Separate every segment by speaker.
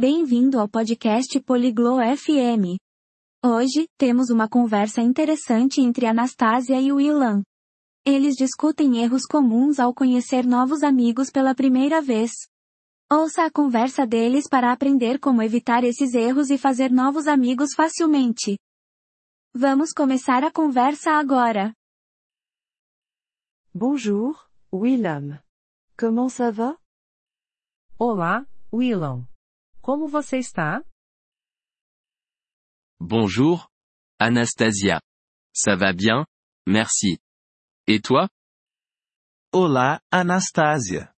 Speaker 1: Bem-vindo ao podcast Poliglo FM. Hoje, temos uma conversa interessante entre Anastasia e Willan. Eles discutem erros comuns ao conhecer novos amigos pela primeira vez. Ouça a conversa deles para aprender como evitar esses erros e fazer novos amigos facilmente. Vamos começar a conversa agora.
Speaker 2: Bonjour, Willam. Comment ça va?
Speaker 3: Olá, Willam. Como você está?
Speaker 4: Bonjour, Anastasia. Ça va bien? Merci. Et toi?
Speaker 5: Olá, Anastasia.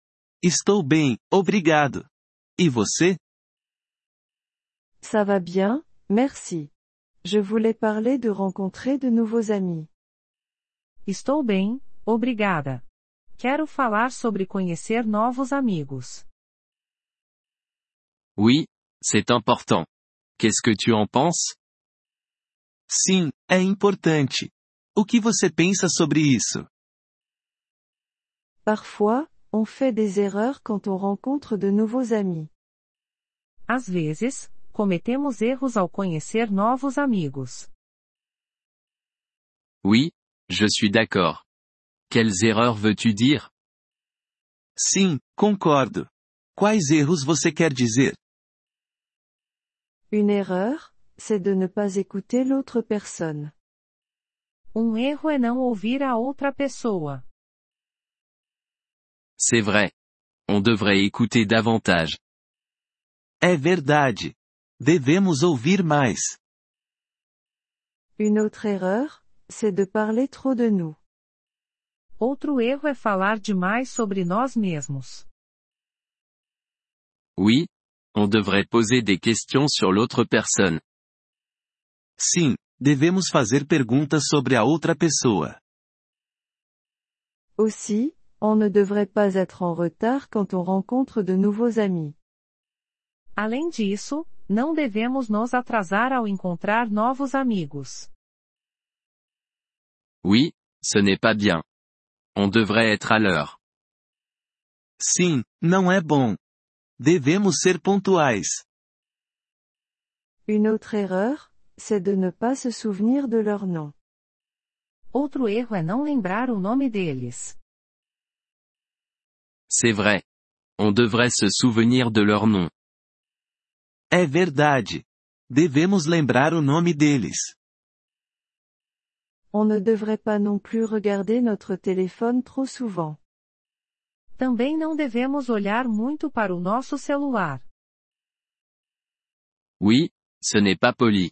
Speaker 5: Estou bem, obrigado. E você?
Speaker 2: Ça va bien, merci. Je voulais parler de rencontrer de nouveaux amis.
Speaker 3: Estou bem, obrigada. Quero falar sobre conhecer novos amigos.
Speaker 4: Oui, c'est important. Qu'est-ce que tu en penses?
Speaker 5: Sim, é importante. O que você pensa sobre isso?
Speaker 2: Parfois, on fait des erreurs quand on rencontre de nouveaux amis.
Speaker 3: Às vezes, cometemos erros ao conhecer novos amigos.
Speaker 4: Oui, je suis d'accord. Quelles erreurs veux-tu dire?
Speaker 5: Sim, concordo. Quais erros você quer dizer?
Speaker 2: Une erreur, c'est de ne pas écouter l'autre personne.
Speaker 3: Um erro é não ouvir a outra pessoa.
Speaker 4: C'est vrai. On devrait écouter davantage.
Speaker 5: É verdade. Devemos ouvir mais.
Speaker 2: Une autre erreur, c'est de parler trop de nous.
Speaker 3: Outro erro é falar demais sobre nós mesmos.
Speaker 4: Oui, on devrait poser des questions sur l'autre personne.
Speaker 5: Sim, devemos fazer perguntas sobre a outra pessoa.
Speaker 2: Aussi, on ne devrait pas être en retard quand on rencontre de nouveaux amis.
Speaker 3: Além disso, não devemos nos atrasar ao encontrar novos amigos.
Speaker 4: Oui, ce n'est pas bien. On devrait être à l'heure.
Speaker 5: Sim, não é bom. Devemos ser pontuais.
Speaker 2: Une autre erreur, c'est de ne pas se souvenir de leur nom.
Speaker 3: Outro erro é não lembrar o nome deles.
Speaker 4: C'est vrai. On devrait se souvenir de leur nom.
Speaker 5: É verdade. Devemos lembrar o nome deles.
Speaker 2: On ne devrait pas non plus regarder notre téléphone trop souvent.
Speaker 3: Também não devemos olhar muito para o nosso celular.
Speaker 4: Oui, ce n'est pas poli.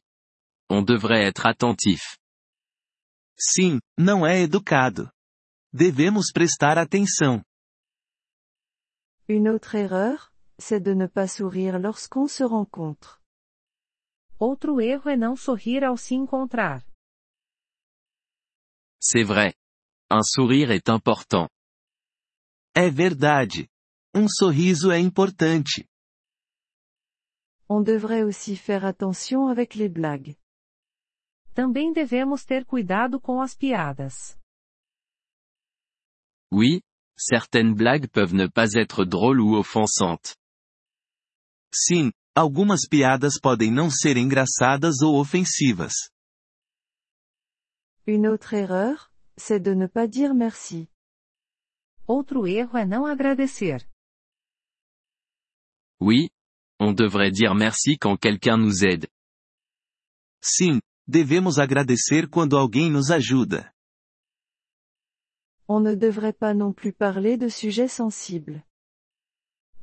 Speaker 4: On devrait être attentif.
Speaker 5: Sim, não é educado. Devemos prestar atenção.
Speaker 2: Une autre erreur, c'est de ne pas sourire lorsqu'on se rencontre.
Speaker 3: Outro erro é não sorrir ao se encontrar.
Speaker 4: C'est vrai. Un sourire est important.
Speaker 5: É verdade. Um sorriso é importante.
Speaker 2: On devrait aussi faire attention avec les blagues.
Speaker 3: Também devemos ter cuidado com as piadas.
Speaker 4: Oui, certaines blagues peuvent ne pas être drôles ou offensantes.
Speaker 5: Sim, algumas piadas podem não ser engraçadas ou ofensivas.
Speaker 2: Une autre erreur, c'est de ne pas dire merci.
Speaker 3: Outro erro é não agradecer.
Speaker 4: Oui, on devrait dire merci quand quelqu'un nous aide.
Speaker 5: Sim, devemos agradecer quando alguém nos ajuda.
Speaker 2: On ne devrait pas non plus parler de sujets sensibles.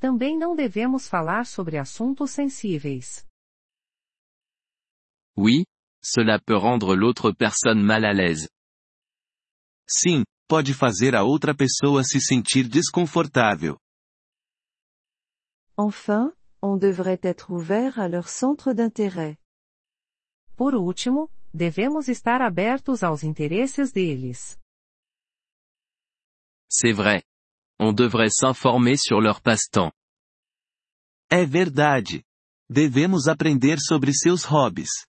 Speaker 3: Também não devemos falar sobre assuntos sensíveis.
Speaker 4: Oui, cela peut rendre l'autre personne mal à l'aise.
Speaker 5: Sim, pode fazer a outra pessoa se sentir desconfortável.
Speaker 2: Enfin, on devrait être ouvert à leur centre d'intérêt.
Speaker 3: Por último, devemos estar abertos aos interesses deles.
Speaker 4: C'est vrai. On devrait s'informer sur leur passe-temps.
Speaker 5: É verdade. Devemos aprender sobre seus hobbies.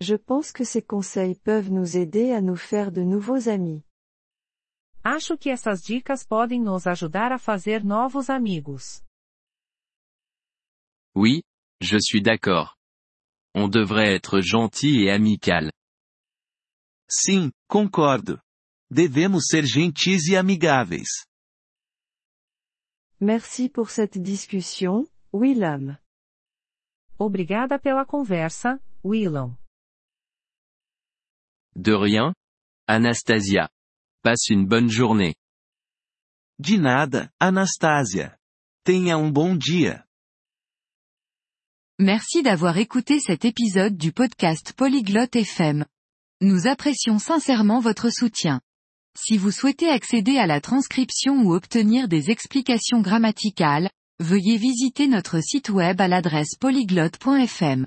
Speaker 2: Je pense que ces conseils peuvent nous aider à nous faire de nouveaux amis.
Speaker 3: Acho que essas dicas podem nos ajudar a fazer novos amigos.
Speaker 4: Oui, je suis d'accord. On devrait être gentil et amical.
Speaker 5: Sim, concordo. Devemos ser gentis e amigáveis.
Speaker 2: Merci pour cette discussion, Willam.
Speaker 3: Obrigada pela conversa, Willam.
Speaker 4: De rien? Anastasia. Passe une bonne journée.
Speaker 5: De nada, Anastasia. Tenha um bom dia.
Speaker 6: Merci d'avoir écouté cet épisode du podcast Polyglotte FM. Nous apprécions sincèrement votre soutien. Si vous souhaitez accéder à la transcription ou obtenir des explications grammaticales, veuillez visiter notre site web à l'adresse polyglotte.fm.